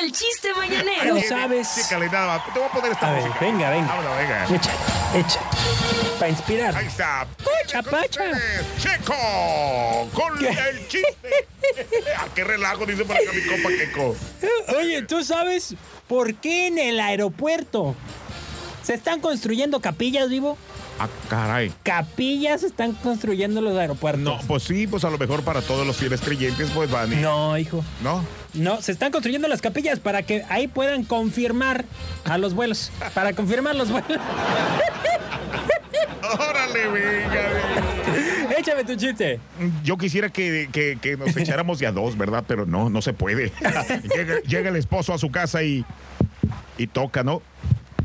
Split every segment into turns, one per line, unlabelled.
el chiste mañanero.
Lo sabes.
Chécale, nada más. Te voy a poner esta
A ver,
música.
venga, venga.
Vámonos, venga.
Echa, echa. Para inspirar.
Ahí está.
Pacha,
Con
pacha.
ustedes, Checo, con
¿Qué?
el chiste. ¿A qué relajo dice para acá mi compa Checo?
Oye, ¿tú sabes por qué en el aeropuerto se están construyendo capillas, vivo?
Ah, caray.
Capillas se están construyendo en los aeropuertos.
No, pues sí, pues a lo mejor para todos los fieles creyentes, pues van y...
No, hijo.
¿No?
No, se están construyendo las capillas para que ahí puedan confirmar a los vuelos. Para confirmar los vuelos.
Órale, venga.
Échame tu chiste.
Yo quisiera que, que- que nos echáramos de a dos, ¿verdad? Pero no, no se puede. Llega, llega el esposo a su casa y, y toca, ¿no?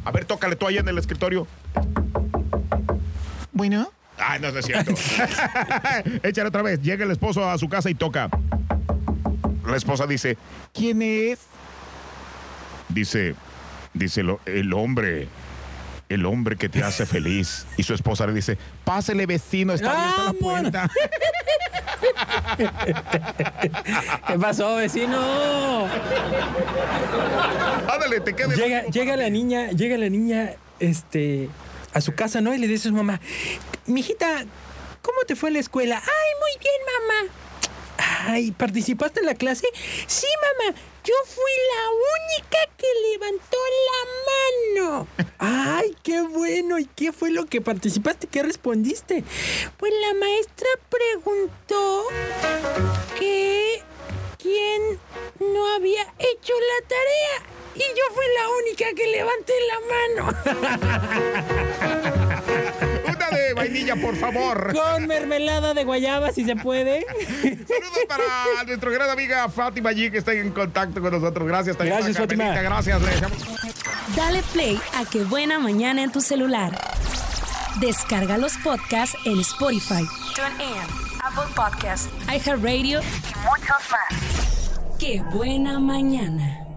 A ver, tócale tú allá en el escritorio.
Bueno,
Ah, no, no es cierto. Échale otra vez. Llega el esposo a su casa y toca. La esposa dice,
¿quién es?
dice, dice lo- el hombre, el hombre que te hace feliz. Y su esposa le dice, pásele vecino, está abierta la
¡Vámonos!
puerta.
¿Qué pasó, vecino?
Ándale, te queda el
Llega,
último
llega
para
la
ti.
niña, llega la niña, este, a su casa, ¿no? Y le dice a su mamá, mijita, ¿cómo te fue en la escuela? Ay, muy bien, mamá. Ay, ¿participaste en la clase? Sí, mamá, yo fui la única que levantó la mano. Ay, qué bueno. ¿Y qué fue lo que participaste? ¿Qué respondiste? Pues la maestra preguntó que quién no había hecho la tarea. Y yo fui la única que levanté la mano.
Una de vainilla, por favor.
Con mermelada de guayaba, si se puede.
Saludos para nuestra gran amiga Fátima G, que está en contacto con nosotros. Gracias, también
Gracias,
para
Fátima.
Carmelita, Gracias, le dejamos-
Dale play a Qué Buena Mañana en tu celular. Descarga los podcasts en Spotify. TuneIn, Apple Podcasts, iHeartRadio y muchos más. Qué Buena Mañana.